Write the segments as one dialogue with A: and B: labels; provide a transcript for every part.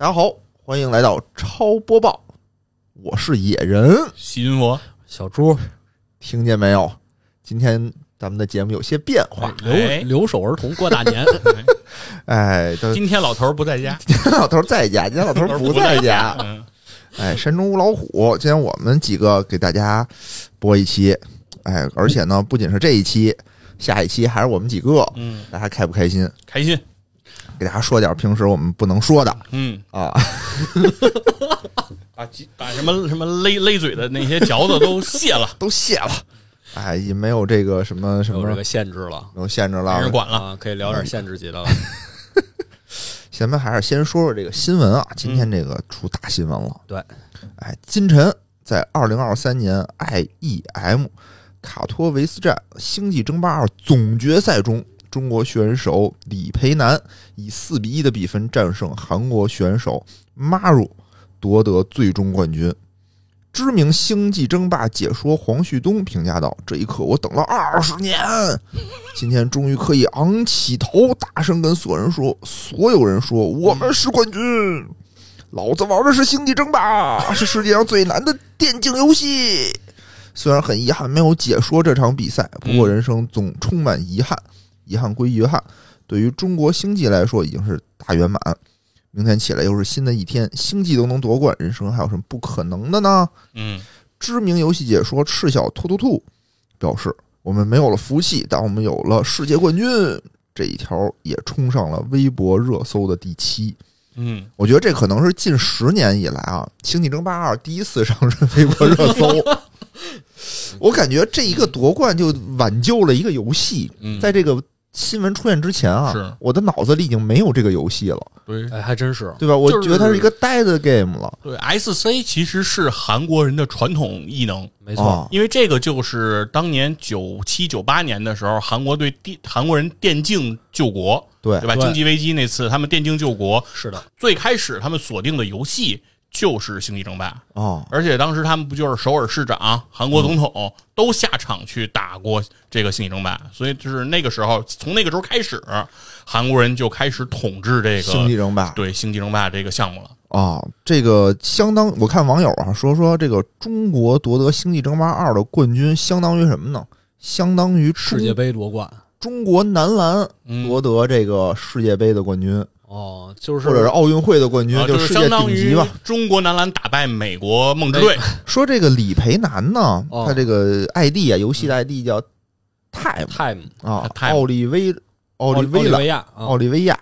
A: 大家好，欢迎来到超播报，我是野人，
B: 细菌佛
C: 小猪
A: 听见没有？今天咱们的节目有些变化，
C: 留
B: 哎
C: 留守儿童过大 年，
A: 哎，这
B: 今天老头儿不在家，
A: 今天老头在家，今天老头不在家，
B: 嗯，
A: 哎，山中无老虎，今天我们几个给大家播一期，哎，而且呢，不仅是这一期，下一期还是我们几个，
B: 嗯，
A: 大家开不开心？
B: 开心，
A: 给大家说点平时我们不能说的
B: 嗯，
A: 啊，，
B: 把鸡把什么什么勒勒嘴的那些嚼子都卸了
A: 都谢了，哎，也没有这个什么什
C: 有
A: 么
C: 这个限制了
A: 没有限制
B: 没
A: 了
B: 人，管了。
C: 啊，可以聊点限制级的了。
A: 咱们还是先说说这个新闻啊，今天这个出大新闻了。
C: 对，
A: 哎，金晨在二零二三年 IEM 卡托维斯站星际争霸二总决赛中，中国选手李培南以四比一的比分战胜韩国选手 Maru，夺得最终冠军。知名星际争霸解说黄旭东评价道：“这一刻我等了二十年。”今天终于可以昂起头，大声跟所有人说：“所有人说我们是冠军，老子玩的是星际争霸，是世界上最难的电竞游戏。”虽然很遗憾没有解说这场比赛，不过人生总充满遗憾，遗憾归遗憾，对于中国星际来说已经是大圆满。明天起来又是新的一天，星际都能夺冠，人生还有什么不可能的呢？
B: 嗯，
A: 知名游戏解说赤小兔兔兔表示：“我们没有了服务器，但我们有了世界冠军。”这一条也冲上了微博热搜的第七。
B: 嗯，
A: 我觉得这可能是近十年以来啊，《星际争霸二》第一次上微博热 搜。我感觉这一个夺冠就挽救了一个游戏，
B: 嗯
A: 在这个新闻出现之前
B: 是
A: 啊，我的脑子里已经没有这个游戏了，
B: 对
C: 哎，还真是，
A: 对吧？我
B: 就是
A: 觉得它是一个呆的 game 了，
B: 对，SC 其实是韩国人的传统异能，
C: 没
A: 啊
C: 错，
B: 因为这个就是当年九七九八年的时候，韩国对电韩国人电竞救国，
A: 对
B: 对吧？
C: 对
B: 经济危机那次，他们电竞救国，
C: 是的，
B: 最开始他们锁定的游戏就是《星际争霸》，
A: 哦，
B: 而且当时他们不就是首尔市长、韩国总统、都下场去打过这个星际争霸，所以就是那个时候，从那个时候开始，韩国人就开始统治这个
A: 星际争霸》
B: 对星际争霸这个项目了。
A: 啊，这个相当，我看网友啊说说这个中国夺得《星际争霸二》的冠军，相当于什么呢？相当于中
C: 世界杯夺冠
A: 中国男篮
B: 嗯，
A: 夺得这个世界杯的冠军，
C: 哦，就
A: 或者是
C: 是
A: 奥运会的冠军，
B: 啊，
A: 就
B: 就是是
A: 世界
B: 相当
A: 顶级哎
B: 于
A: 吧。
B: 中国男篮打败美国梦之队，
A: 说这个李培南呢，
C: 哦
A: 他这个 ID 啊，游戏的 ID 叫 Time
C: time
A: 啊，
B: 嗯 Time
A: 奥利威奥利
C: 维
A: 维拉
C: 维亚
A: 奥
C: 啊，
A: 利维亚，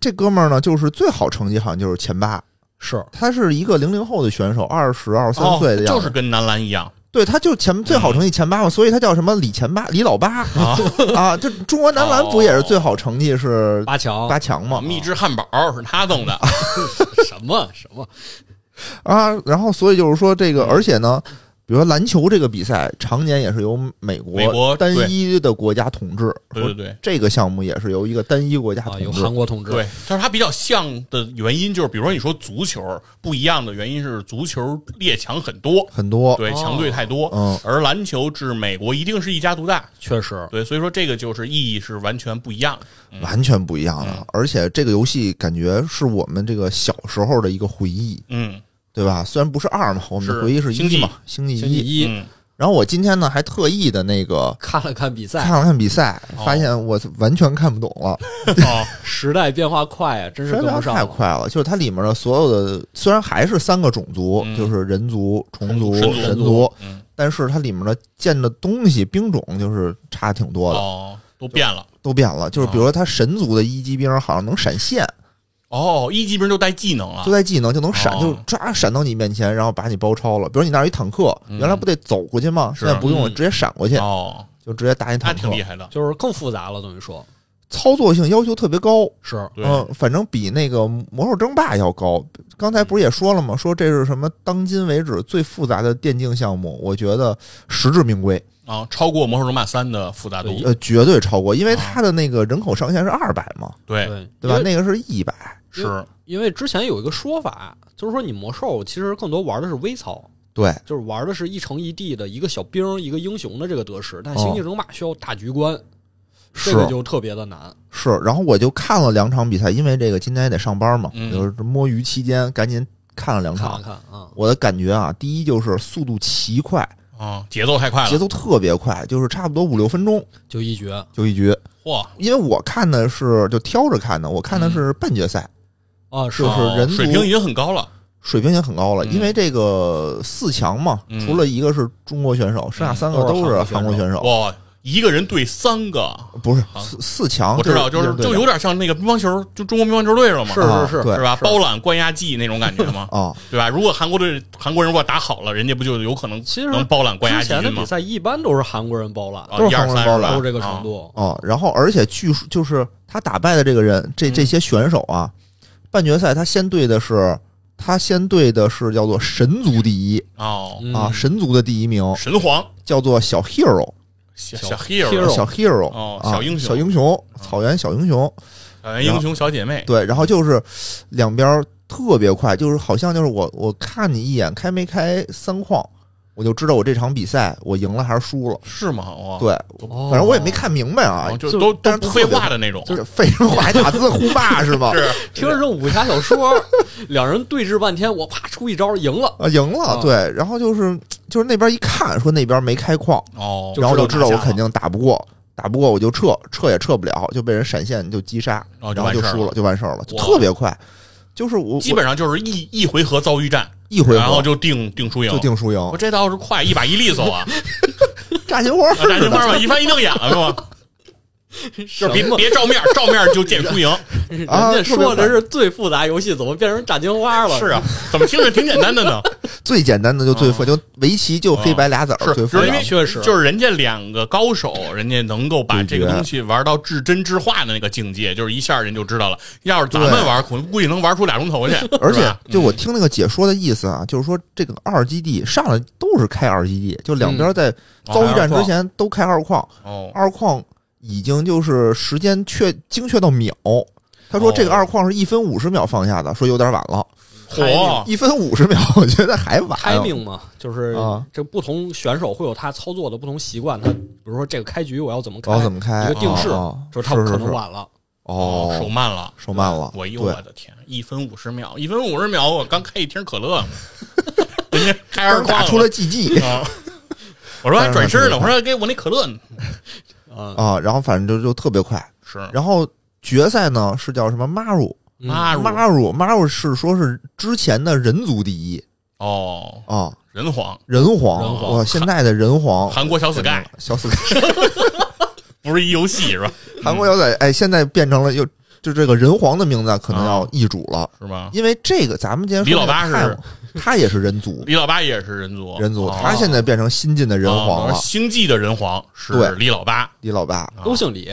A: 这哥们儿呢，就是最好成绩好像就是前八。
C: 是
A: 他是一个零零后的选手，二十二三
B: 哦
A: 岁的样子，
B: 就是跟男篮一样
A: 对，他就前最好成绩前八嘛，所以他叫什么李前八、李老八
B: 嗯啊，
A: 啊。就中国男篮不也是最好成绩是
C: 八强
A: 八强嘛
B: 哦秘制汉堡是他弄
A: 哦
B: 的，
C: 什么什么
A: 啊？然后所以就是说这
B: 嗯
A: 个，而且呢，比如说篮球这个比赛，常年也是由美
B: 美国
A: 国单一的国家统治，
B: 对对对。
A: 这个项目也是由一个单一国家
C: 啊，有
A: 统
C: 韩
A: 治。
C: 国统治，
B: 对，就是它比较像的原因，就是比如说你说足球不一样的原因是足球列强很多，
A: 很多，
B: 对
C: 哦
B: 强队太多，
A: 嗯
B: 而篮球至美国一定是一家独大，
C: 确实
B: 对，所以说这个就是意义是完全不一样的。
A: 完全不一样
B: 嗯
A: 了。而且这个游戏感觉是我们这个小时候的一个回忆，
B: 嗯
A: 对吧？虽然不是二嘛，我们的
B: 是
A: 回忆是
B: 星
A: 一
B: 际
A: 嘛，星际
C: 星期
A: 一。
C: 一
B: 嗯，
A: 然后我今天呢还特意的那个
C: 看了看比赛，
A: 看了看比赛
B: 哦，
A: 发现我完全看不懂了，
B: 哦，
C: 时代变化快啊，真是
A: 实
C: 跟
A: 在
C: 不上
A: 太
C: 了，
A: 快了。就是它里面的所有的，虽然还是三个种族，
B: 嗯
A: 就是人族、虫族、
B: 神族
A: 神族，
B: 嗯，
A: 但是它里面的见的东西兵种就是差挺多的，
B: 哦，都变了。
A: 都变了。就是比如说，它神族的一级兵好像能闪现，
B: 哦，一级兵就带技能了
A: 就。带技能就能闪，
B: 哦
A: 就唰闪到你面前，然后把你包抄了。比如你那儿有一坦克，
B: 嗯
A: 原来不得走过去吗？
B: 是
A: 现在不用了，
C: 嗯
A: 直接闪过去，
B: 哦，
A: 就直接打你
B: 那
A: 坦克
B: 挺。厉害的。
C: 就是更复杂了，等于说
A: 操作性要求特别高，
C: 是
B: 对，
A: 嗯，反正比那个《魔兽争霸》要高。刚才不是也说了吗？说这是什么当今为止最复杂的电竞项目，我觉得实至名归，
B: 啊，超过《魔兽争霸三》的复杂度。
C: 对
A: 呃，绝对超过，因为它的那个人口上限是二百嘛，
B: 对，
C: 对
A: 对吧？
C: 因为
A: 那个是一百，
B: 是
C: 因为之前有一个说法，就是说你魔兽其实更多玩的是微操。
A: 对，
C: 就是玩的是一城一地的一个小兵、一个英雄的这个得失，但星际争霸需要大局观，
A: 哦是
C: 这个就特别的难。
A: 是，然后我就看了两场比赛，因为这个今天也得上班嘛，
B: 嗯
A: 就是摸鱼期间赶紧看了两
C: 看
A: 场。
C: 看啊，
A: 我的感觉啊，第一就是速度奇快，
B: 啊，节奏太快
A: 节
B: 了，
A: 奏特别快，就是差不多五六分钟
C: 就一绝
A: 就一局。
B: 嚯，
A: 因为我看的是就挑着看的，我
B: 嗯
A: 看的是半决赛，
C: 啊，是
A: 就
C: 啊
A: 是
B: 哦
A: 人
B: 水
A: 族
B: 平已经很高了，
A: 水平已经很高了。
B: 嗯
A: 因为这个四强嘛，
B: 嗯哦
A: 除了一个是中国选手，剩下三个
C: 都是
A: 都是
C: 韩
A: 韩
C: 国
A: 国选手。
B: 哇，一个人对三个，
A: 不是
B: 啊
A: 四四强，
B: 我知道，
A: 就
B: 就是就有点像那个乒乓球，就中国乒乓球队了嘛，
C: 是
A: 啊
C: 是
A: 对，
B: 是吧？
C: 是
B: 包揽冠亚季那种感觉嘛
A: 啊，
B: 对吧？如果韩国队韩国人如果打好了，人家不就有可能
C: 其实
B: 能包揽冠亚
C: 之
B: 季
C: 前的
B: 军
C: 比
B: 吗？
C: 赛一般都是韩国人包揽，
B: 啊，
A: 都
B: 一
A: 是
B: 二
A: 韩国人
B: 三
A: 包
B: 是吧
A: 揽
C: 都是这个
B: 啊
C: 程度。
A: 哦，然后而且据说就是他打败的这个人，这这
B: 嗯
A: 些选手啊，半决赛他先对的是他先对的是叫做神族第一
B: 哦，
A: 啊，
C: 嗯
A: 神族的第一名
B: 神皇
A: 叫做小 hero，
B: 小
C: 小
B: 小 hero
C: hero
A: 小 hero
B: 哦
A: 啊
B: 小英雄
A: 小英雄，草原小英雄，
B: 呃英雄小姐妹，
A: 对，然后就是两边儿特别快，就是好像就是我我看你一眼开没开三框，我就知道我这场比赛我赢了还是输了，
B: 是吗？哇，
A: 对，
C: 哦
A: 反正我也没看明白啊
B: 啊，，就
C: 就
B: 都
A: 但
B: 都
A: 是特
B: 不废
A: 别
B: 话的那种，
A: 这废话还打字互骂 是吗？
B: 是
C: 听着这武侠 小说，两人对峙半天，我啪出一招赢了，
A: 啊，赢了，
B: 哦
C: 啊
A: 对，然后就是就是那边一看说那边没开矿，
B: 哦，
A: 然后就知道我
B: 拿下
A: 肯
B: 了
A: 定打不过，打不过我就撤，撤也撤不了，就被人闪现就击杀，
B: 哦
A: 然
B: 就
A: 后
B: 完
A: 就
B: 事儿
A: 输
B: 了
A: 了，就完事儿了，就
B: 哇
A: 特别快，就是我
B: 基本上就是一一回合遭遇战，
A: 我一回
B: 然后
A: 合
B: 就定定输赢，
A: 就定输赢，
B: 我这倒是快，一把一利索 啊！
A: 炸金花儿
B: 啊炸金花嘛，一翻一瞪眼啊了 是吗？
C: 什
B: 就是别
C: 么？
B: 别照面，照面就 见输赢。
C: 人
A: 啊
C: 家
A: 特别快
C: 说这是最复杂游戏，怎么变成炸金花了？
B: 是啊，怎么听着挺简单的呢？
A: 最简单的就最复，就围棋就黑白俩子
B: 哦是
A: 儿最复
B: 就是因
A: 杂
B: 为
C: 确实
B: 就是人家两个高手，人家能够把这个
A: 对决
B: 东西玩到至真至化的那个境界，就是一下人就知道了。要是咱
A: 对
B: 们玩，可能估计能玩出俩 钟头去。
A: 而
B: 是
A: 且
B: 吧
A: 就我听那个解说的意思啊，就是说这个二基地上来都是开二基地，就两边在遭遇战之前都开二矿，
B: 哦，
A: 二矿已经就是时间确精确到秒。他说
B: 哦
A: 这个二矿是一分五十秒放下的，说有点晚了，
B: 嚯，
A: 一分五十秒， 我觉得还晚。
C: timing 嘛，就是
A: 哎啊
C: 这不同选手会有他操作的不同习惯，他比如说这个开局我要怎么
A: 我要
C: 开
A: 怎，么开？
C: 一个定式
A: 啊
C: 说
A: 是
C: 他可
A: 是
C: 能
A: 是
C: 晚了，
A: 哦，
B: 手慢了，
A: 手慢了
B: 我一
A: 对
B: 我的天，一分五十秒，一分五十秒，我刚开一瓶 可乐，人家开二
A: 刚
B: 矿
A: 打
B: 了
A: 出了 GG
B: 啊！我说还转身呢，我说给我那可乐呢
C: 啊
A: 啊，然后反正就就特别快。
B: 是
A: 然后决赛呢是叫什么 Maru
C: 嗯
B: 妈
A: Maru Maru 是说是之前的人族第一
B: 哦，
A: 啊，
B: 人皇
A: 人皇，
C: 人皇
A: 哇，现在的人皇，
B: 韩国小 sky
A: 小 sky
B: 不是一游戏是吧？
A: 韩国小仔，哎，现在变成了又就这个人皇的名字可能要易主了，
B: 是吗？
A: 因为这个咱们今天说
B: 嗯李老八
A: 这个
B: 是
A: 太他也是人族，
B: 李老八也是人族，
A: 人族，
B: 哦
A: 他现在变成新晋的人皇了
B: 啊，星际的人皇是
A: 对
B: 李老八，
A: 李老八，哎
B: 啊
C: 都姓李，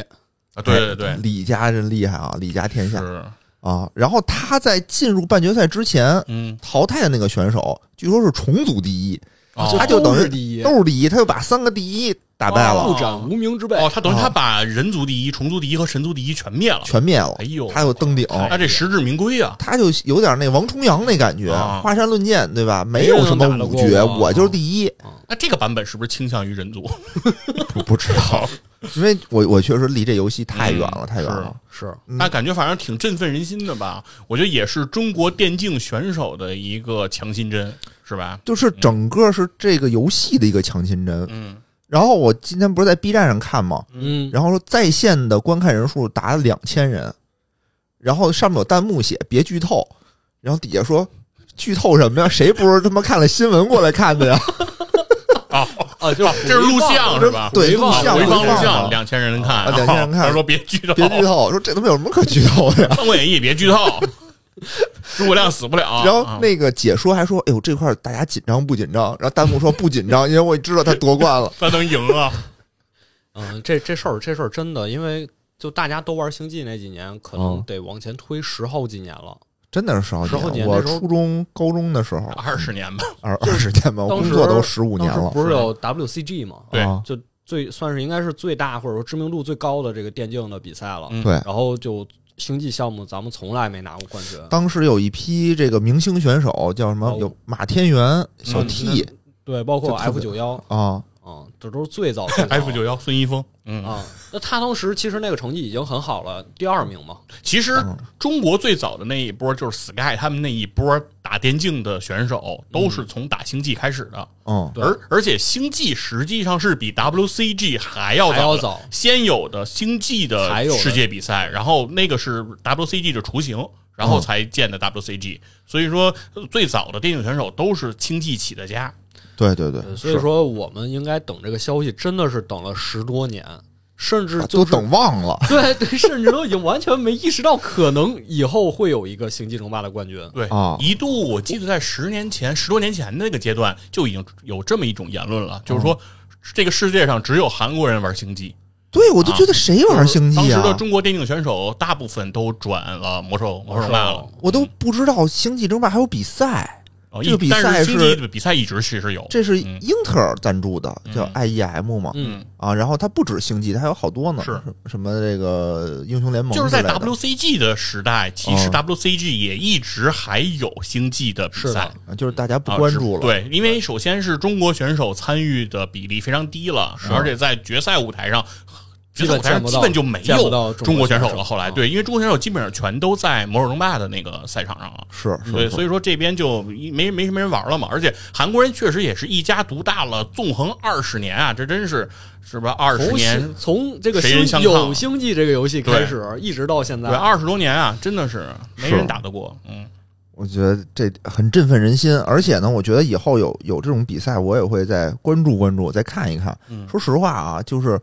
B: 啊对对对，
A: 李家真厉害啊，李家天下
B: 是
A: 啊。然后他在进入半决赛之前
B: 嗯，
A: 淘汰的那个选手，据说是重组第一，
B: 哦
A: 啊他就等
C: 都
A: 于
C: 是第一
A: 都是第一，他就把三个第一打败了，
C: 不斩无名之辈。
B: 哦，他等于他
A: 啊
B: 把人族第一、虫族第一和神族第一全灭了，
A: 全灭了
B: 哎，呦，
A: 他又哦登顶。
B: 那这实至名归啊！
A: 他就有点那王重阳那感觉，
B: 啊
A: 华山论剑，对吧？没
C: 没人
A: 有什么
C: 能打得
A: 五
C: 过
A: 绝，
C: 我
A: 我就是第一。
B: 那这个版本是不是倾向于人族？
A: 嗯不不知道，因为我我确实离这游戏太远了，
B: 嗯
A: 太远了。
C: 是
A: 嗯
B: 但感觉反正挺振奋人心的吧？我觉得也是中国电竞选手的一个强心针，是吧？
A: 就是整个是这个游戏的一个强心针。
B: 嗯，
A: 然后我今天不是在 B 站上看吗？
C: 嗯，
A: 然后说在线的观看人数达两千人，然后上面有弹幕写“别剧透”，然后底下说“剧透什么呀？谁不是他妈看了新闻过来看的呀
B: 啊，
C: 啊，就是
B: 这是录像 是吧？
A: 对
B: 回放
A: 录像
B: 回放
A: 回放
B: 录像，
A: 啊
B: 两千人看，哦
A: 啊2000人看
B: 他说别剧透，？”
A: 别剧透，说这他妈有什么可剧透的呀？
B: 《三国演义》别 剧透，诸葛亮死不了。
A: 然后
B: 啊
A: 那个解说还说：“哎呦，这块儿大家紧张不紧张？”然后弹幕说：“不紧 张，因为我知道他夺冠了。
B: 他能赢啊？
C: 嗯，这这事儿这事儿真的，因为就大家都玩星际那几年，可能
A: 嗯
C: 得往前推十好几年了。”
A: 真的是十好
C: 十好几
A: 年，
C: 年
A: 我
C: 那时候
A: 初中、高中的时候，
B: 二十年吧，
A: 二二十年吧，我
C: 当时
A: 工作都十五年
C: 当
A: 了
C: 时。不是有 WCG 吗？
B: 对
A: 啊
C: 就最算是应该是最大或者说知名度最高的这个电竞的比赛了。
B: 嗯
A: 对，
C: 然后就星际项目，咱们从来没拿过冠军。
A: 当时有一批这个明星选手，叫什么
C: 哦？
A: 有马天元、小 T
B: 嗯
C: 对，包括
A: 就特
C: F
A: 别
C: 九幺，
A: 啊，
C: 嗯，这都是最 早最早
B: F 九幺孙一峰，嗯，
C: 啊。那他当时其实那个成绩已经很好了，第二名嘛。
B: 其实中国最早的那一波就是 Sky 他们那一波打电竞的选手，都是从打星际开始的。
A: 嗯，
C: 嗯对
B: 而而且星际实际上是比 WCG 还要早的，
C: 还要早
B: 先有的星际
C: 才有
B: 的
C: 的
B: 世界比赛，然后那个是 WCG 的雏形，然
C: 嗯
B: 后才建的 WCG。所以说，呃最早的电竞选手都是星际起的家。
A: 对对对，
C: 呃所以说我们应该等这个消息，真的是等了十多年，甚至
A: 是
C: 就
A: 都
C: 是
A: 等忘
B: 啊
A: 了。
C: 对对，甚至都已经完全没意识到可能以后会有一个星际争霸的冠军。嗯
B: 对，
A: 啊
B: 一度我记得在十年前、十多年前那个阶段就已经有这么一种言论
A: 哦
B: 了，就是说这个世界上只有韩国人玩星际。
A: 对，我都觉得谁玩星
B: 当
A: 际
B: 时
A: 啊？
B: 的中国电竞选手大部分都转了魔兽魔兽争霸了。
A: 我都不知道星际争霸还有比赛，
B: 哦，
A: 这个
B: 一
A: 比
B: 但
A: 赛
B: 是星
A: 是
B: 际的比赛一直其实有，
A: 这是
B: 嗯
A: 英特尔赞助的，叫
B: 嗯
A: IEM 嘛。
C: 嗯，
A: 啊，然后它不止星际，它还有好多呢，
B: 是
A: 什么这个英雄联盟
B: 就是在
A: 之类的
B: WCG 的时代，其实
A: 嗯
B: WCG 也一直还有星际的比
C: 是
B: 赛
C: 的。
A: 啊就是大家不
B: 啊
A: 关
B: 是
A: 注了，
B: 对，因为首先是中国选手参与的比例非常低了，而且在决赛舞台上，决
C: 基
B: 赛
C: 本
B: 舞台上
C: 见不
B: 基
C: 到
B: 本就没
C: 见不
B: 有
C: 到
B: 中
C: 中
B: 国
C: 国
B: 选
C: 选手
B: 手了。后来，
C: 啊
B: 对，因为中国选手基本上全都在魔兽争霸的那个赛场上了。
A: 是
C: 嗯
A: 是，
B: 对，
A: 是
B: 所以说这边就没没什么人玩了嘛，而且韩国人确实也是一家独大了，纵横二十年啊，这真是是吧？二十
C: 从
B: 年
C: 星从这个
B: 谁人
C: 星
B: 相抗
C: 有星际这个游戏开始，一直到现
B: 对，
C: 在，
B: 二十多年啊，真的是没
A: 是
B: 人打得过。嗯，
A: 我觉得这很振奋人心，而且呢，我觉得以后有有这种比赛，我也会再关注关注，再看一看。
B: 嗯
A: 说实话啊，就是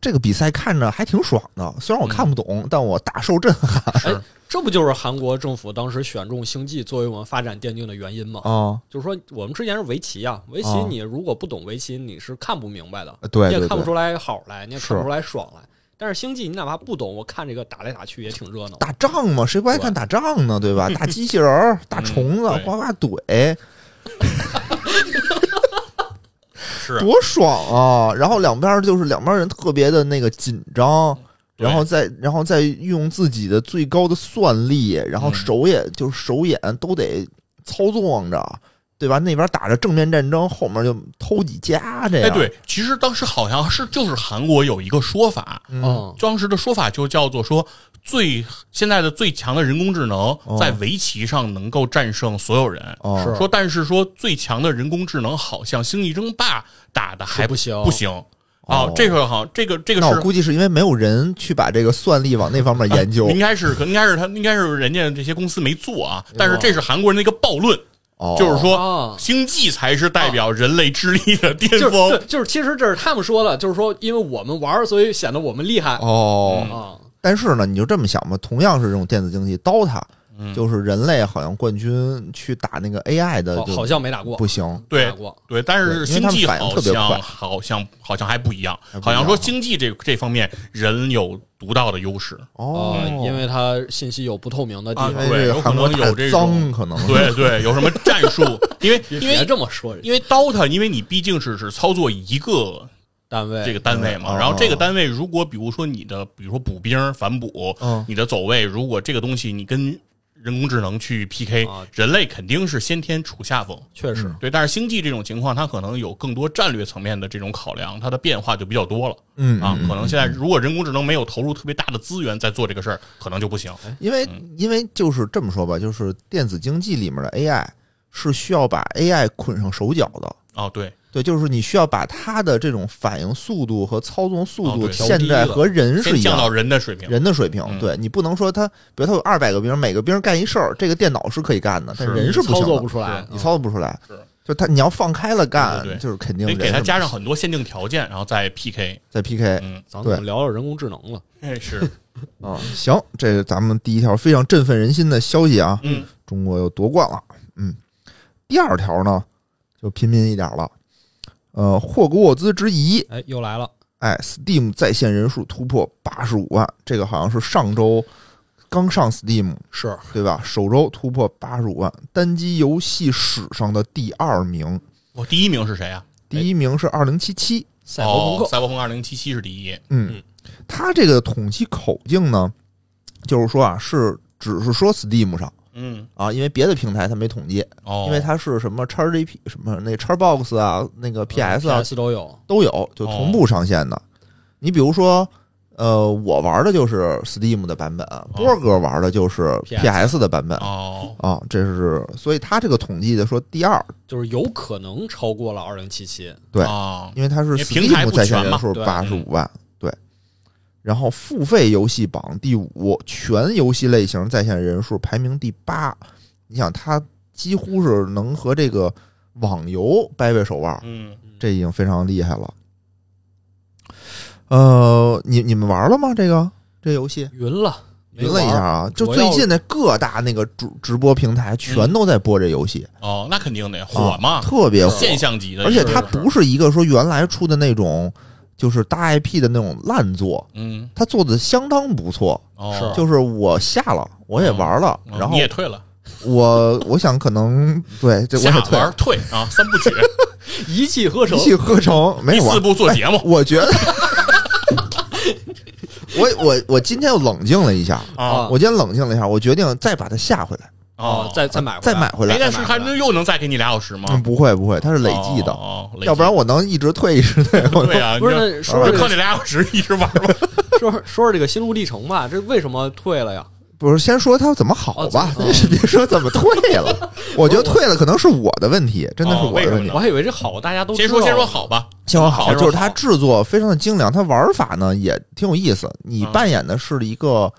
A: 这个比赛看着还挺爽的，虽然我看不懂，但我大受震撼
C: 哎
B: 是
C: 这不就是韩国政府当时选中星际作为我们发展电竞的原因吗？
A: 啊！
C: 就是说，我们之前是围棋啊，围棋
A: 啊
C: 你如果不懂围棋，你是看不明白的，
A: 呃对
C: 你也
A: 对
C: 看不
A: 对，
C: 出来好来，你也
A: 是
C: 看不出来爽来。但是星际，你哪怕不懂，我看这个打来打去也挺热闹。
A: 打仗嘛，谁不爱看打仗呢？对吧？打机器人儿、打虫子
B: 嗯，对
A: 呱呱怼，
B: 是
A: 多爽啊！然后两边儿就是两边儿人特别的那个紧张。
B: 嗯对
A: 然后再，然后再运用自己的最高的算力，然后
B: 嗯
A: 手也、就是手眼都得操纵着，对吧？那边打着正面战争，后面就偷几家这样。
B: 哎，，对，其实当时好像是就是韩国有一个说法，
A: 嗯，
C: 嗯，
B: 当时的说法就叫做说最现在的最强的人工智能在围棋上能够战胜所有人。
A: 哦，
C: 是
B: 说，但是说最强的人工智能好像星际争霸打的还
C: 是不行
B: 不行啊
A: 哦！
B: 这个好，这个这个
A: 那我
B: 是
A: 估计是因为没有人去把这个算力往那方面研究。
B: 应该是可应该是他应该是人家这些公司没 做啊，但是这是韩国人的一个暴论，
A: 哦，
B: 就是说
C: 啊，
B: 星际才是代表人类智力的巅
C: 就是
B: 峰
C: 对，。就是其实这是他们说的，就是说因为我们玩儿，所以显得我们厉害
A: 哦，
B: 嗯
C: 啊。
A: 但是呢，你就这么想吧，同样是这种电子竞技，DOTA
B: 嗯
A: 就是人类好像冠军去打那个 AI 的
C: 好，
A: 就
C: 好像没打过，
A: 不行。
B: 对
C: 打过
B: 对，但是
A: 对因为
B: 星
A: 他们
B: 际
A: 反应
B: 好
A: 特别快
B: 像好像好像还不一样
A: 还，不一
B: 好
A: 样
B: 像说星际这这方面人有独到的优势。
A: 哦
C: 啊，，因为它信息有不透明的地
B: 啊
C: 方。
A: 因为
B: 对
A: 这
B: 有
A: 个
B: 可
A: 韩国
B: 能
A: 太
B: 有这
A: 脏，
B: 种
A: 可 能
B: 对对，有什么战 术？因为因
C: 别
B: 为
C: 这么说，人
B: 因为 DOTA，因为你毕竟只是操作一个
C: 单位
B: 这个单位
A: 嗯
B: 嘛，
A: 哦
B: 然后这个单位如果比如说你的，比如说补兵、反补
A: 嗯，
B: 你的走位，如果这个东西你跟人工智能去 PK，
C: 啊
B: 人类肯定是先天处下风。
C: 确实
A: 嗯
B: 对，但是星际这种情况，它可能有更多战略层面的这种考量，它的变化就比较多了。
A: 嗯
B: 啊，
A: 嗯
B: 可能现在如果人工智能没有投入特别大的资源在做这个事儿，可能就不行。
A: 因为
B: 嗯
A: 因为就是这么说吧，就是电子竞技里面的 AI 是需要把 AI 捆上手脚的。
B: 哦，对，
A: 对，就是你需要把它的这种反应速度和操纵速
B: 哦
A: 度
B: 对
A: 现在和人是
B: 先
A: 一
B: 降到
A: 样的，
B: 人的水平。
A: 人的水平。
B: 嗯
A: 对你不能说它，比如它有二百个兵，每个兵干一事儿，这个电脑是可以干的，但
B: 是
A: 人是不
C: 操
A: 行
C: 作
A: 的
C: 不，出来，啊
A: 你操作不出来
B: 是。
A: 就它你要放开了干，
B: 嗯对对对
A: 就是肯定
B: 得
A: 人
B: 给它
A: 是
B: 加上很多限定条件，然后再 PK。
A: 在 PK。
B: 嗯，
C: 咱们聊聊人工智能了。
B: 哎是，
A: 啊，行，这是咱们第一条非常振奋人心的消息啊，
B: 嗯，
A: 中国又夺冠了。嗯，第二条呢，就平民一点了。呃，霍格沃兹之遗，
C: 哎，又来了，
A: 哎，Steam 在线人数突破八十五万，这个好像是上周刚上 Steam
C: 是
A: 对吧？首周突破八十五万，单机游戏史上的第二名，
B: 我第一名是谁啊？
A: 第一名是二零七七。
C: 赛博朋
B: 哦
C: 克
B: 赛博朋克二零七七是第一。
A: 嗯，它这个统计口径呢，就是说啊，是只是说 Steam 上，
B: 嗯，
A: 啊，因为别的平台它没统计，
B: 哦，
A: 因为它是什么 XGP 什么那 Xbox 啊，那
B: 呃
A: 个 PS 啊
C: PS 都有，
A: 都有，就同步上线的。你比如说，呃，我玩的就是 Steam 的版本，啊波哥玩的就是
C: PS
A: PS 的版本
B: 哦，
A: 啊，这是所以它这个统计的说第二，
C: 就是有可能超过了二零七七。
A: 啊对
B: 哦
A: 因为它是
B: 因为平台
A: Steam
B: 不
A: 在
B: 全
A: 线人
B: 嘛
A: 数
C: 对
A: 八十五万，对。然后付费游戏榜第五，全游戏类型在线人数排名第八。你想，它几乎是能和这个网游掰掰手腕儿，
B: 嗯，
A: 这已经非常厉害了。呃，你你们玩了吗？这个这游戏
C: 云了，没
A: 评论一
C: 玩
A: 下
C: 儿，
A: 啊，就
C: 主
A: 最
C: 要
A: 近的各大那个直直播平台全都在播这游戏，
B: 哦，那肯定得火嘛，
A: 啊特别火，
B: 现象级的，
A: 而且它
B: 是
A: 不，是一个说原来出的那种就是大 IP 的那种烂作，
B: 嗯，
A: 它做的相当不错。啊
B: 哦，
A: 就是我下了，我也玩了，
B: 嗯
A: 然后
B: 你也退了，
A: 我我想可能对这我
B: 下
A: 也退
B: 玩退啊，三部曲，
C: 一气呵成
A: 一。气呵成， 没
B: 第
A: 有啊玩
B: 四部做 节目
A: 我觉得我，我我今天又冷静了一下，
B: 啊，
A: 我今天冷静了一下，我决定再把它下回来，
B: 哦，
C: 啊再再买
A: 啊再买回来。
B: 哎但是他又能再给你俩小时吗？
A: 嗯，不会不会，它是累计的，
B: 啊哦，哦
A: 要不然我能一直退一直退。 我
B: 对 啊，
C: 不是
B: 你
C: 那说说
B: 就
C: 这
B: 靠
C: 个
B: 这俩小时一直玩吧，
C: 说说说这个心路历程吧，这为什么退了呀？
A: 不是先说它怎么好
C: 哦
A: 吧，
C: 怎么
A: 别别说怎么退了。我觉得退了可能是我的问题，真的是我的问
B: 为什么
A: 题
B: 呢。
C: 我还以为这好大家都
B: 先
C: 知道
B: 说先说
C: 了
B: 好吧，
A: 先说好，
B: 先说
A: 就是它
B: 好
A: 制作非常的精良，它玩法呢也挺有意思。你
B: 嗯
A: 扮演的是一个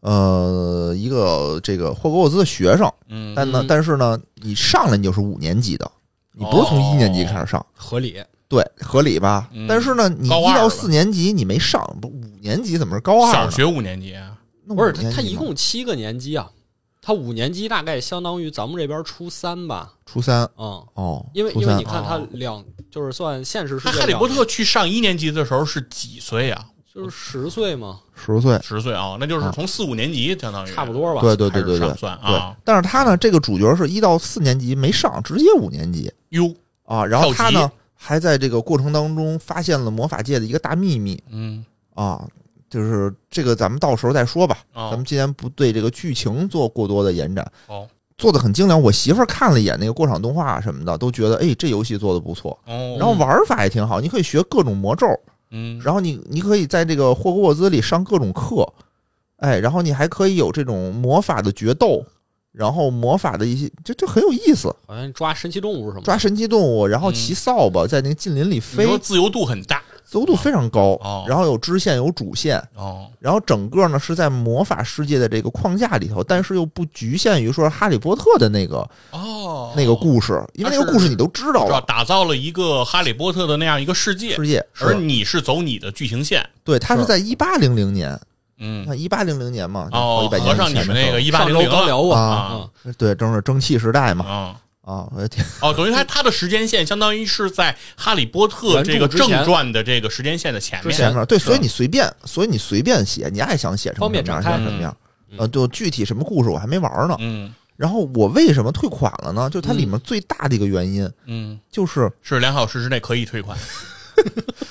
A: 呃一个这个霍格沃兹的学生，
B: 嗯，
A: 但呢
C: 嗯，
A: 但是呢，你上来你就是五年级的，你不是从
B: 哦
A: 一年级开始上，
C: 合理，
A: 对，合理吧？
B: 嗯
A: 但是呢，你
B: 高
A: 一
B: 二
A: 到
B: 了
A: 四年级你没上，不五年级怎么是高二
B: 小
A: 呢？
B: 学五年级啊，
A: 那
C: 不是
A: 五
C: 他
A: 年级
C: 他一
A: 呢
C: 共七个年级啊，他五年级大概相当于咱们这边初三吧，
A: 初三
C: 嗯，
A: 哦，
C: 因为
A: 初
C: 因为
A: 三
C: 你看他
B: 哦
C: 两就是算现实世
B: 那
C: 界
B: 哈利
C: 两
B: 波特去上一年级的时候是几岁啊？
C: 就是十岁嘛，
A: 十岁，
B: 十岁啊，那就是从四五年级相当于
C: 差不多吧，
A: 对对对
B: 开始
A: 对对
B: 上算
A: 对
B: 啊。
A: 但是他呢，这个主角是一到四年级没上，直接五年级
B: 哟，
A: 啊。然后
B: 跳
A: 他
B: 级
A: 呢，还在这个过程当中发现了魔法界的一个大秘密
B: 嗯，
A: 啊。就是这个，咱们到时候再说吧。咱
B: 哦
A: 们今天不对这个剧情做过多的延展，
B: 哦
A: 做的很精良。我媳妇儿看了一眼那个过场动画什么的，都觉得哎，这游戏做的不错。
B: 哦，
A: 然后玩法也挺好，你可以学各种魔咒，
B: 嗯，
A: 然后你你可以在这个霍格沃兹里上各种课，哎，然后你还可以有这种魔法的决斗，然后魔法的一些，就就很有意思。
B: 嗯
C: 好像抓神奇动物什么的
A: 抓神奇动物，然后骑扫把在那个近邻里
B: 你说
A: 飞，
B: 自由度很大
A: 自由度非常高
B: 哦。
A: 然后有支线，有主线，
B: 哦，
A: 然后整个呢是在魔法世界的这个框架里头，但是又不局限于说哈利波特的那个
B: 哦，
A: 那个故事，因为那个故事你都知道
B: 是吧
A: 了。
B: 打造了一个哈利波特的那样一个世界，
A: 世界
B: 而
A: 是，
B: 你是走你的剧情线，
A: 对，它是
C: 是
A: 在一八零零年，
B: 嗯，
A: 那一八零零年嘛，
B: 哦，
A: 一百
B: 合
A: 年
B: 上
A: 以
B: 你
A: 前
B: 们
A: 的
B: 那
A: 时
B: 个
A: 候
B: 一八
C: 上
B: 零
C: 周
B: 零
C: 刚聊过，
B: 啊
C: 嗯，
A: 对，正是蒸汽时代嘛，
B: 啊。
A: 啊，我的天，
B: 哦，等于它它的时间线相当于是在《哈利波特》
C: 原著
B: 这个
C: 之
B: 正
C: 前
B: 传的这个时间线的前
C: 之
B: 面。
A: 前面对，
C: 是
A: 所以你随便，所以你随便写，你爱想写成
C: 方
A: 什
C: 便
A: 么样
C: 展
A: 写
C: 开
A: 什么样，
C: 嗯
A: 呃，就具体什么故事我还没玩呢。
B: 嗯
A: 然后我为什么退款了呢？就它里面最大的一个原因
B: 嗯，
A: 就是
B: 是两小时之内可以 退款，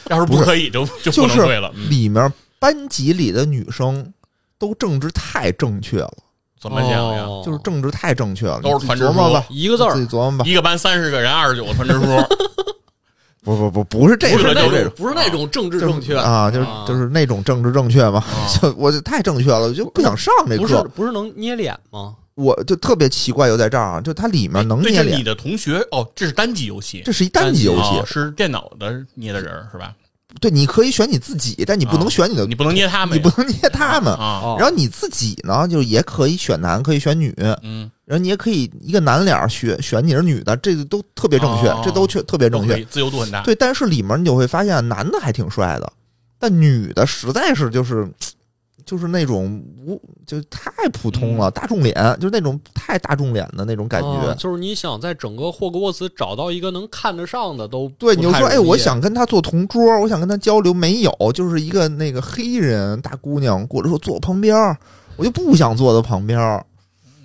B: 要是不可以就就不
A: 就
B: 能
A: 是
B: 退了。嗯
A: 里面班级里的女生都政治太正确了，
B: 怎么讲哎呀？
C: 哦
A: 就是政治太正确了，
B: 都是
A: 你自己
B: 传
A: 琢
B: 直
A: 磨
B: 说
A: 吧，
C: 一个字
A: 自
C: 儿
A: 己，琢磨吧。
B: 一个班三十个人，二十九个 传支书，
A: 不不不，不是这
B: 不
A: 种，
B: 是
A: 不
B: 那
A: 是这种。
B: 种种
C: 不是那种政治正确
A: 啊，就是
C: 啊
A: 就是那种政治正确嘛，
B: 哦
A: 就我就太正确了，我就不想上这
C: 不
A: 课
C: 是。不是能捏脸吗？
A: 我就特别奇怪，就在这儿啊，就它里面能
B: 对，
A: 捏
B: 这是
A: 脸，
B: 你的同学哦，这是单机游戏，
A: 这是一单机游
B: 哦
A: 戏，
B: 是电脑的捏的人儿是吧？
A: 对，你可以选你自己，但你不能
B: 啊
A: 选你的，
B: 你不能捏他
A: 呃
B: 们
A: 你
B: 呀，
A: 不能捏他们。
B: 啊，
C: 哦
A: 然后你自己呢，就也可以选男，可以选女，
B: 嗯，
A: 然后你也可以一个男脸儿选选你是女的，这个都特别正确
B: 哦，
A: 这都确特别正
B: 都可
A: 确
B: 以，。自由度很大。
A: 对，但是里面你就会发现，男的还挺帅的，但女的实在是就是就是那种无就太普通了，大众脸，就是那种太大众脸的那种感觉
C: 啊。就是你想在整个霍格沃茨找到一个能看得上的都
A: 对，你就
C: 不太
A: 说，哎，
C: 容易
A: 我想跟他做同桌，我想跟他交流，没有，就是一个那个黑人大姑娘过来说坐我旁边儿，我就不想坐她旁边儿。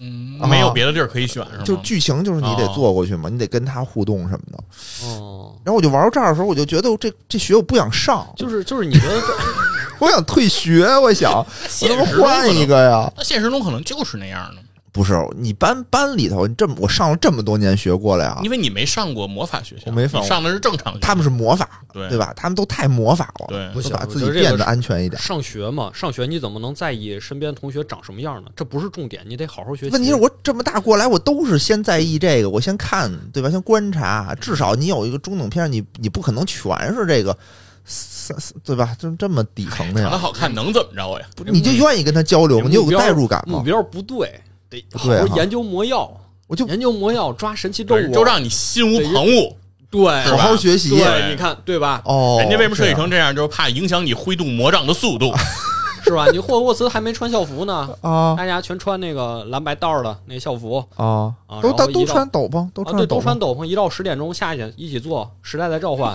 B: 嗯，
A: 啊
B: 没有别的地儿可以选是吗？
A: 就剧情就是你得
B: 哦
A: 坐过去嘛，你得跟他互动什么的。
C: 哦，
A: 然后我就玩到这儿的时候，我就觉得这这学我不想上，
C: 就是就是你的这
A: 我想退学，我想我
B: 现
A: 他妈
B: 实中可
A: 换
B: 能
A: 一个呀。
B: 那现实中可能就是那样的。
A: 不是你班班里头，你这么我上了这么多年学过来啊，
B: 因为你没上过魔法学校，
A: 我没上过
B: 你上的是正常学校。
A: 他们是魔法，
B: 对
A: 吧？他们都太魔法了，
B: 对
C: 不行
A: 都把
C: 我
A: 自
C: 觉
A: 己
C: 得这
A: 变
C: 个
A: 得
C: 是
A: 安全一 点。
C: 上学嘛，上学你怎么能在意身边同学长什么样呢？这不是重点，你得好好学习。
A: 问题是我这么大过来，我都是先在意这个，我先看，对吧？先观察，至少你有一个中等偏上，你你不可能全是这个，三三对吧？就这么底层的
B: 长得
A: 呀，
B: 好看能怎么着呀？
A: 不你就愿意跟他交流吗？
C: 目
A: 你有个
C: 标
A: 代入感
C: 目
A: 吗？
C: 标不对，得好
A: 对
C: 好
A: 哈
C: 研究魔药，
A: 我就
C: 研究魔药抓神奇动
B: 对
C: 物，
B: 就让你心无旁骛。
C: 对
B: 是
A: 好
B: 吧
A: 好学习
C: 对，你看对吧？
A: 哦。
B: 人家为什么设计
A: 这样
B: 成这样，就是怕影响你挥动魔杖的速 度。
C: 是吧？你霍格沃茨还没穿校服呢，
A: 啊
C: 大家全穿那个蓝白道儿的那校服
A: 啊
C: 啊
A: 都
C: 然后
A: 都都
C: 一到
A: 穿斗篷，都
C: 啊，
A: 穿
C: 对，
A: 斗
C: 都穿
A: 篷，
C: 斗篷，一哎到十点钟下去一起做《时代的召唤》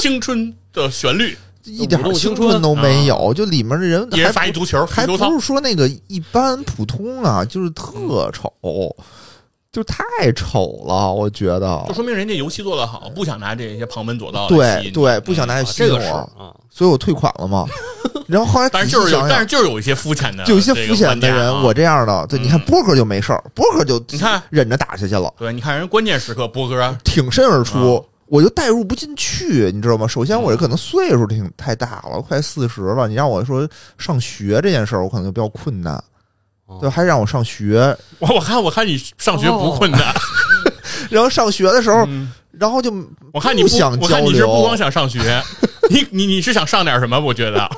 B: 青春的旋律，
A: 一点
C: 舞动
A: 青
C: 青春
A: 都没有，就里面的人
B: 一人
A: 还
B: 啊发一足球，
A: 还
B: 踢球
A: 不
B: 操。
A: 是说那个一般普通啊，就是特丑，就太丑了，我觉得
B: 就。说明人家游戏做得好，不想拿这些旁门左道来吸
A: 对
B: 引你。嗯
A: 对，不想拿
C: 啊
A: 去，吸
C: 这
A: 引
C: 个是
A: 我，
C: 啊，
A: 所以我退款了 嘛。然后后来
B: 但
A: 仔细
B: 是就是有，
A: 想
B: 但是
A: 想，
B: 就是有一些肤浅的，
A: 就有一些肤浅的人，我这
B: 这
A: 样的，对，你看
B: 啊嗯
A: 波哥就没事儿，波哥就
B: 你看
A: 忍着打下去了，
B: 个玩家啊对，你看人关键时刻波哥
A: 挺身而
B: 啊
A: 出。我就代入不进去，你知道吗？首先，我这可能岁数挺太大了，快四十了。你让我说上学这件事儿，我可能就比较困难，
C: 哦
A: 对，还让我上学，
B: 我我看我看你上学不困 难，
A: 然后上学的时候，
B: 嗯
A: 然后就
B: 我看你不
A: 不想
B: 我看你是
A: 交流
B: 不光想上学，你你你是想上点什么？我 觉得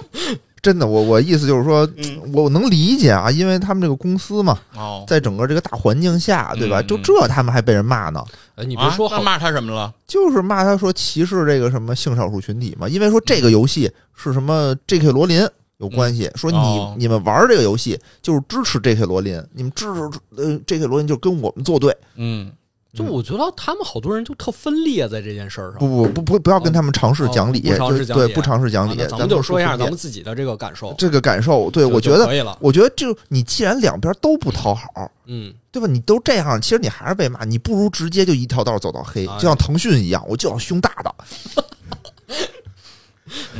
A: 真的，我我意思就是说，
B: 嗯
A: 我能理解啊，因为他们这个公司嘛，
B: 哦，
A: 在整个这个大环境下，对吧？
B: 嗯
A: 就这他们还被人骂呢，
C: 哎，你别说
B: 啊那
C: 好，
B: 骂他什么了？
A: 就是骂他说歧视这个什么性少数群体嘛，因为说这
C: 嗯
A: 个游戏是什么 J.K. 罗琳。有关系，说你、
B: 哦
A: 你们玩这个游戏就是支持 J.K. 罗琳，你们支持呃 J.K. 罗琳就跟我们作对，
B: 嗯，
C: 就我觉得他们好多人就特分裂在这件事儿上。
A: 不不不不不要跟他们尝试
C: 哦
A: 讲理，
C: 不尝试
A: 就
C: 讲理
A: 对不尝试讲
C: 啊
A: 理，
C: 那咱们就
A: 就
C: 说一下咱
A: 分
C: 们
A: 辨
C: 自己的这个感受，
A: 这个感受，对
C: 就
A: 我觉
C: 就
A: 得
C: 可以了。
A: 我觉得就你既然两边都不讨好，
C: 嗯，
A: 对吧？你都这样，其实你还是被骂，你不如直接就一条道走到黑，
C: 哎
A: 就像腾讯一样，我就要凶大 的，
B: 嗯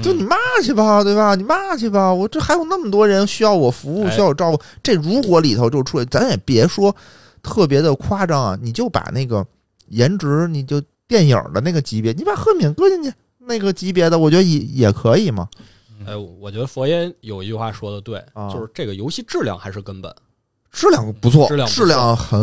A: 就你骂去吧，对吧？你骂去吧，我这还有那么多人需要我服务，
C: 哎
A: 需要我照顾。这如果里头就出来，咱也别说特别的夸张啊，你就把那个颜值，你就电影的那个级别，你把赫敏搁进去。那个级别的，我觉得也也可以嘛。
C: 哎，我觉得佛爷有一句话说的对
A: 啊，
C: 就是这个游戏质量还是根本。
A: 质量不错，
C: 质量不错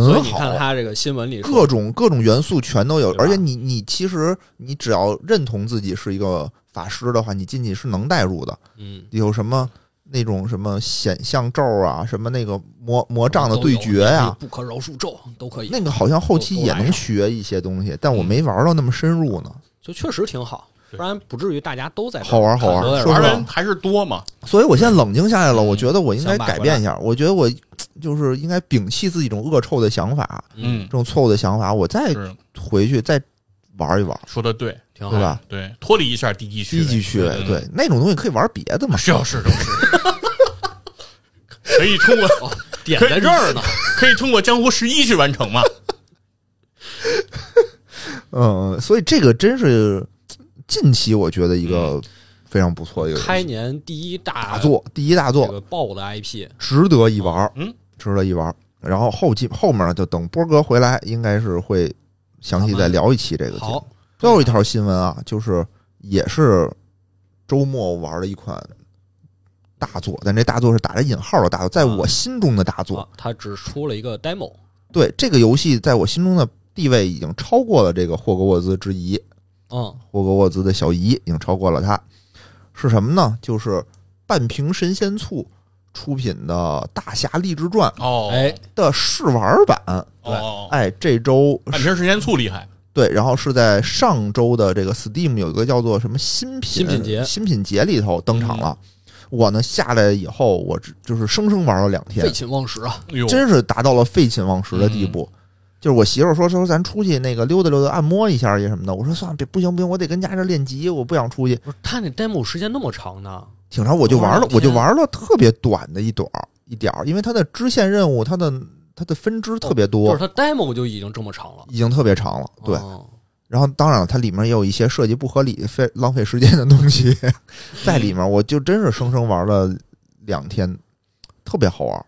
C: 所以
A: 很
C: 你
A: 好。啊
C: 看他这个新闻里说
A: 各种各种元素全都有，
C: 对吧
A: 而且你你其实你只要认同自己是一个法师的话，你进去是能代入的。
C: 嗯，
A: 有什么那种什么显像咒啊，什么那个魔魔杖的对决呀、
C: 哦都有不可饶恕咒都可以，
A: 那个好像后期也能学一些东西，
C: 嗯
A: 但我没玩到那么深入呢。
C: 就确实挺好，
B: 对
C: 不然不至于大家都在这儿
A: 好玩好玩
C: 看都在这
A: 说
B: 玩
C: 儿
A: 实
B: 的
A: 话
B: 人还是多嘛，
A: 所以我现在冷静下来了，
B: 嗯
A: 我觉得我应该
C: 想买回来
A: 改变一下，我觉得我嘖就是应该摒弃自己这种恶臭的想法，
C: 嗯，
A: 这
B: 嗯，
A: 种错误的想法，我再
B: 是
A: 回去再玩一玩，
B: 哎说的对，啊
C: 挺
A: 对
C: 好。
A: 吧？
B: 对，脱离一下低级趣
A: 低
B: 味，
A: 级趣味，
B: 对
A: 对那种东西可以玩别的嘛。
B: 是要是 就是，可以通过
C: 哦点在这儿呢，
B: 可以通过江湖十一去完成 嘛？
A: 嗯，所以这个真是近期我觉得一个非常不错的一个游戏
C: 开年第一大
A: 大作，第一大
C: 这
A: 作，
C: 个爆的 IP，
A: 值得一玩，
B: 嗯，
A: 值得一玩。然后后期后面就等波哥回来，应该是会详细再聊一期这个节目
C: 好。
A: 最后一条新闻啊，就是也是周末玩的一款大作，但这大作是打着引号的大作，在我心中的大作
C: 啊。，他只出了一个 demo，
A: 对这个游戏，在我心中的地位已经超过了这个霍格沃兹之一。
C: 嗯，
A: 霍格沃兹的小姨已经超过了他，是什么呢？就是半瓶神仙醋出品的《大侠励志传
B: 哦，
C: 哎，，》
A: 的试玩版。
B: 哦，
A: 哎，这周
B: 半瓶时间醋厉害，
A: 对，然后是在上周的这个 Steam 有一个叫做什么新品
C: 新品节
A: 新品节里头登场了。我呢下来以后，我只就是生生玩了两天
C: 废，寝忘食啊，
B: 哎呦，
A: 真是达到了废寝忘食的
C: 嗯
A: 地步。就是我媳妇儿说说咱出去那个溜达溜达，按摩一下也什么的。我说算了，别不行不行，我得跟家这练级，我不想出去。
C: 不是他那 demo 时间那么长呢，
A: 挺长，我就玩了
C: 哦，
A: 我就
C: 天
A: 玩了特别短的一短儿一点儿，因为它的支线任务，它的它的分支特别
C: 哦就
A: 多，
C: 是他 demo 就已经这么长了，
A: 已经特别长了。对，
C: 哦
A: 然后当然了它里面也有一些设计不合理、费浪费时间的东西 在里面，我就真是生生玩了两天，特别好玩儿。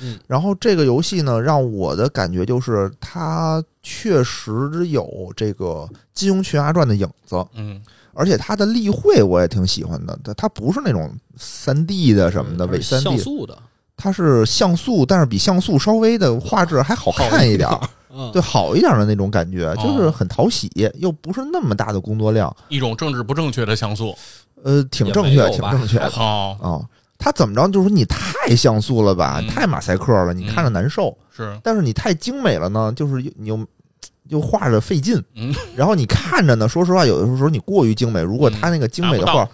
C: 嗯
A: 然后这个游戏呢，让我的感觉就是它确实有这个《金庸群侠传》的影子，
B: 嗯，
A: 而且它的例会我也挺喜欢的。它它不是那种三 D 的什么的伪三
C: 嗯像
A: D，
C: 素的，
A: 它是像素，但是比像素稍微的画质还好看一点儿，
C: 嗯，
A: 对，好一点的那种感觉，
B: 哦
A: 就是很讨喜，又不是那么大的工作量，
B: 一种政治不正确的像素。
A: 呃，挺
C: 也
A: 正
C: 没
A: 确，
C: 有
A: 挺
C: 吧
A: 正 确的。
B: 哦，
A: 啊、他怎么着？就是你太像素了吧，
B: 嗯
A: 太马赛克了，你看着难受；
B: 是，
A: 但是你太精美了呢，就是又你又又画着费劲。
B: 嗯
A: 然后你看着呢，说实话，有的时候你过于精美，如果他那个精美的
B: 嗯达不
A: 画、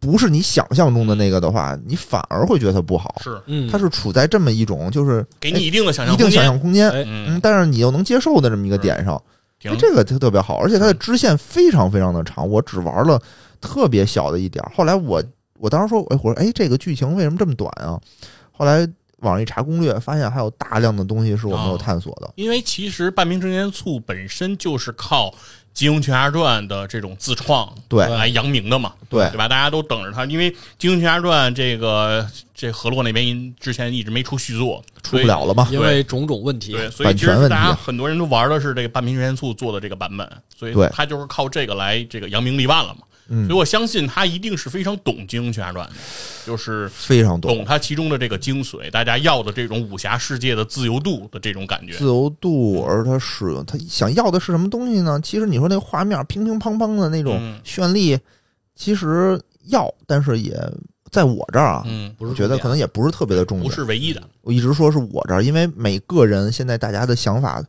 A: 不是你想象中的那个的话，你反而会觉得它不好。
B: 是
C: 嗯，
A: 它是处在这么一种就是
B: 给你一定的想象
A: 一定
B: 空
A: 想
B: 间。
A: 象空间，
C: 哎
A: 嗯
B: 嗯，，
A: 但是你又能接受的这么一个点上，
B: 挺
A: 这个特特别好，而且
B: 嗯
A: 它的支线非常非常的长，我只玩了特别小的一点儿。后来我我当时说，哎，我说哎，这个剧情为什么这么短啊？后来网上一查攻略，发现还有大量的东西是我
B: 哦
A: 没有探索的。
B: 因为其实《半瓶真言醋》本身就是靠《金庸群侠传》的这种自创
A: 对
B: 来扬名的嘛，
A: 对
B: 对吧？大家都等着它，因为《金庸群侠传》这个这河洛那边之前一直没出续作，
A: 出不了了嘛。
C: 因为种种问题，
B: 所以。对，所以其实
A: 版权问
B: 大
A: 题啊
B: 家很多人都玩的是这个《半瓶真言醋》做的这个版本，所以
A: 对
B: 他就是靠这个来这个扬名立万了嘛。
A: 嗯
B: 所以我相信他一定是非常懂《金庸群侠传》的，就是
A: 非常多，
B: 懂它其中的这个精髓，大家要的这种武侠世界的自由度的这种感觉
A: 自。由度，而它使用它想要的是什么东西呢？其实你说那画面乒乒乓乓的那种
B: 嗯
A: 绚丽，其实要，但是也在我这儿啊，
B: 嗯，
C: 不
A: 我
C: 是
A: 觉得可能也不是特别的重点
B: 不。是唯一的，
A: 我一直说是我这儿，因为每个人现在大家的想法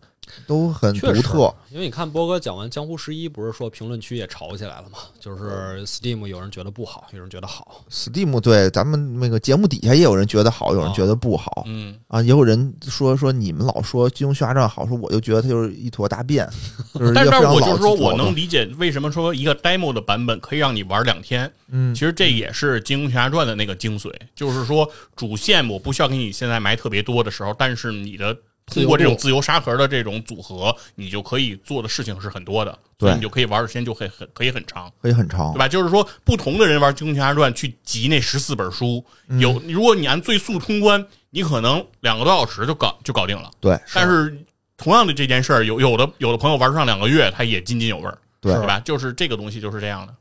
A: 都很独
C: 确实
A: 特，
C: 因为你看波哥讲完《江湖十一》，不是说评论区也吵起来了嘛？就是 Steam 有人觉得不好，有人觉得好，
A: Steam 对咱们那个节目底下也有人觉得好，有人觉得不好、
B: 哦嗯，
A: 啊，也有人说说你们老说《金庸群侠传》好，说我就觉得它就是一坨大便，就是一
B: 但
A: 个
B: 是
A: 非
B: 但是
A: 常
B: 我
A: 老
B: 就是
A: 气
B: 说，
A: 头
B: 我
A: 的
B: 能理解为什么说一个 demo 的版本可以让你玩两天。
A: 嗯
B: 其实这也是《金庸群侠传》的那个精髓，就是说主线我不需要给你现在埋特别多的时候，但是你的通过这种自由沙盒的这种组合，你就可以做的事情是很多的，
A: 对哦
B: 所以你就可以玩的时间就会很可以很长。
A: 可以很长
B: 对，吧？就是说，不同的人玩《金庸群侠传》去集那十四本书，有如果你按最速通关，你可能两个多小时就搞就搞定了。
A: 对
B: 但是同样的这件事儿，有有的有的朋友玩上两个月，他也津津有味儿，
A: 对
B: 是吧？就是这个东西就是这样的。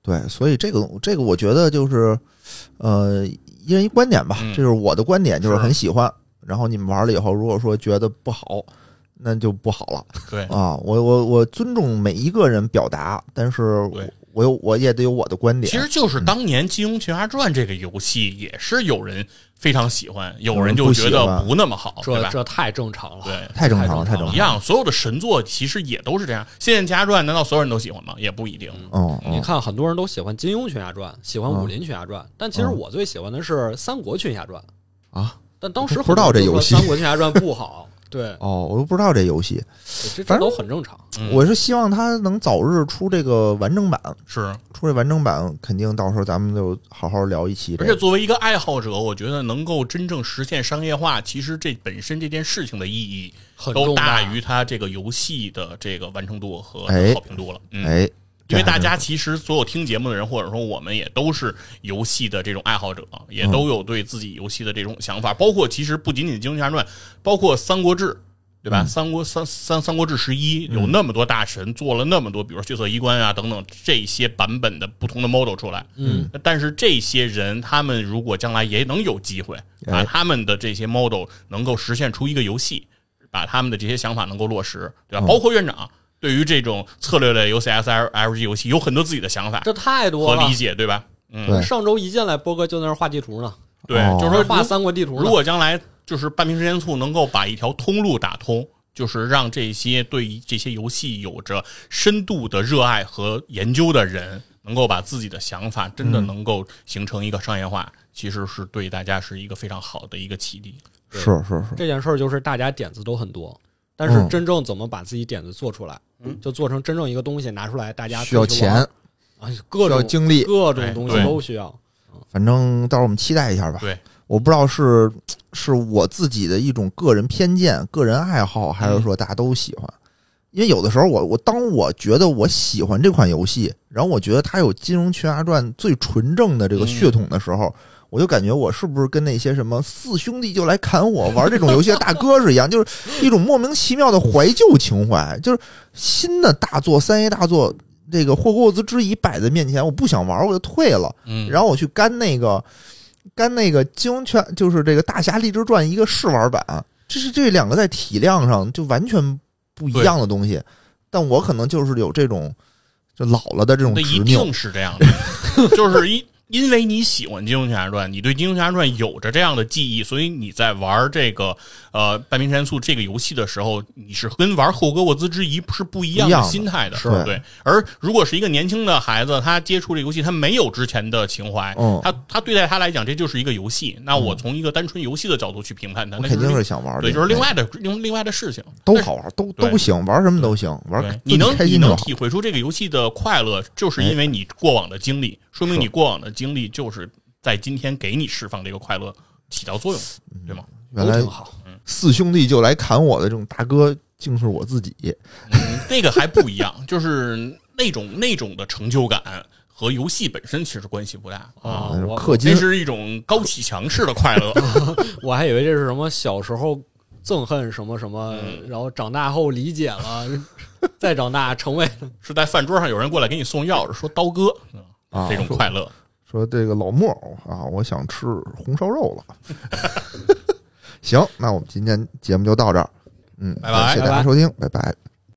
A: 对，所以这个这个我觉得就是呃一人一观点吧，
B: 嗯
A: 这就是我的观点，就是
B: 是
A: 很喜欢。然后你们玩了以后，如果说觉得不好，那就不好了。
B: 对，
A: 啊，我我我尊重每一个人表达，但是我
B: 对
A: 我有我也得有我的观点。
B: 其实就是当年《金庸群侠传》这个游戏也是有人非常喜欢，有人就
A: 有
B: 觉
A: 人不喜欢啊
B: 得不那么好，对
C: 这
B: 吧？
C: 这太正常了。
B: 对。
A: 太正常了，
C: 太
A: 太
C: 正
A: 正
C: 常
B: 一
A: 常了。
B: 样，所有的神作其实也都是这样。《仙剑奇侠传》难道所有人都喜欢吗？也不一定。
A: 嗯
C: 你
A: 嗯，
C: 看，很多人都喜欢《金庸群侠传》，喜欢《
A: 嗯
C: 武林群侠传》，但其实
A: 嗯
C: 我最喜欢的是《三国群侠传》
A: 啊。
C: 但当时
A: 我不知道
C: 很多人
A: 这游
C: 就说
A: 戏
C: 《三国群侠传》不好，对，
A: 哦，我都不知道这游戏，
C: 这这
A: 反正
C: 都很正常。
B: 嗯
A: 我是希望它能早日出这个完整版，
B: 是，
A: 出这完整版肯定到时候咱们就好好聊一期这
B: 而
A: 个。
B: 且作为一个爱好者，我觉得能够真正实现商业化，其实这本身这件事情的意义
C: 很
B: 都
C: 重
B: 大
C: 大
B: 于它这个游戏的这个完成度和
A: 哎
B: 好评度了。嗯，
A: 哎，这
B: 因为
A: 还
B: 大家其实所有听节目的人，或者说我们也都是游戏的这种爱好者，也
A: 嗯
B: 都有对自己游戏的这种想法。包括其实不仅仅《金庸群侠传》，包括《三国志》，对吧？三国三三《三国志十一》有那么多大神做了那么多，比如说血色衣冠啊等等这些版本的不同的 model 出来。
C: 嗯，
B: 但是这些人他们如果将来也能有机会，把
A: 哎
B: 他们的这些 model 能够实现出一个游戏，把他们的这些想法能够落实，对吧？
C: 嗯
B: 包括院长对于这种策略类游戏、S L L G 游戏有很多自己的想法
C: 这太多
B: 和
C: 了
B: 理。解，对吧？嗯，
A: 对
C: 上周一进来，波哥就在那儿画地图呢，
B: 对，
A: 哦
B: 就是说
C: 画
B: 如，
C: 三国地图呢。
B: 如果将来就是半瓶时间醋能够把一条通路打通。就是让这些对于这些游戏有着深度的热爱和研究的人，能够把自己的想法真的能够形成一个商业化，其实是对大家是一个非常好的一个启迪。
A: 是是是，
C: 这件事儿就是大家点子都很多，但是
A: 嗯
C: 真正怎么把自己点子做出来，
B: 嗯
C: 就做成真正一个东西拿出来，大家
A: 需要
C: 推出玩
A: 钱，
C: 啊，
A: 需
C: 各
A: 要
C: 种
A: 精力，
C: 各种东
B: 哎
C: 西
B: 对
C: 都需要。
A: 反正到时候我们期待一下吧。
B: 对，
A: 我不知道是是我自己的一种个人偏见、个人爱好，还是说大家都喜欢。因为有的时候我，我当我觉得我喜欢这款游戏，然后我觉得它有《金融群侠传》最纯正的这个血统的时候，我就感觉我是不是跟那些什么四兄弟就来砍我玩这种游戏的大哥是一样，就是一种莫名其妙的怀旧情怀。就是新的大作三 A 大作，这个霍格沃兹之遗摆在面前，我不想玩，我就退了。
B: 嗯，
A: 然后我去干那个干那个金庸圈，就是这个大侠立志传一个试玩版，这是这两个在体量上就完全不一样的东西。但我可能就是有这种就老了的这种
B: 那一
A: 执拗，
B: 定是这样的，就是因因为你喜欢《金庸侠传》，你对《金庸侠传》有着这样的记忆，所以你在玩这个呃《半瓶山醋》这个游戏的时候，你是跟玩《霍格沃兹之遗》是不一
A: 不
B: 样
A: 一
B: 的
A: 样的
B: 心态的，
A: 是
B: 对而如果是一个年轻的孩子，他接触这个游戏，他没有之前的情怀，
A: 嗯
B: 他他对待他来讲这就是一个游戏。那我从一个单纯游戏的角度去评判它，
A: 我
B: 那
A: 肯定
B: 就是是
A: 想玩
B: 对，
A: 这
B: 就是
A: 个哎
B: 另外的另另外的事情。
A: 都好玩，都
B: 对
A: 都行，玩什么都行，玩
B: 对，
A: 自己
B: 你能
A: 开
B: 你
A: 心就
B: 能
A: 好。哎
B: 体会出这个游戏的快乐，就是因为你过往的经历，说明你过往的经历就是在今天给你释放这个快乐起到作用，对吗？
A: 原
C: 都
A: 来
C: 挺好。
A: 四兄弟就来砍我的这种大哥，竟是我自己。
B: 嗯，那个还不一样，就是那种那种的成就感和游戏本身其实关系不大，
C: 啊
A: 那，种
C: 我
A: 氪金
B: 那是一种高启强式的快 乐。
C: 我还以为这是什么小时候憎恨什么什么，
B: 嗯
C: 然后长大后理解了，再长大成为
B: 是在饭桌上有人过来给你送钥匙，说刀哥，嗯
A: 啊
B: 这种
A: 说
B: 快乐。
A: 说这个老莫啊，我想吃红烧肉了。 行，那我们今天节目就到这儿，嗯，
B: 拜拜
A: 感谢大家收听，拜拜。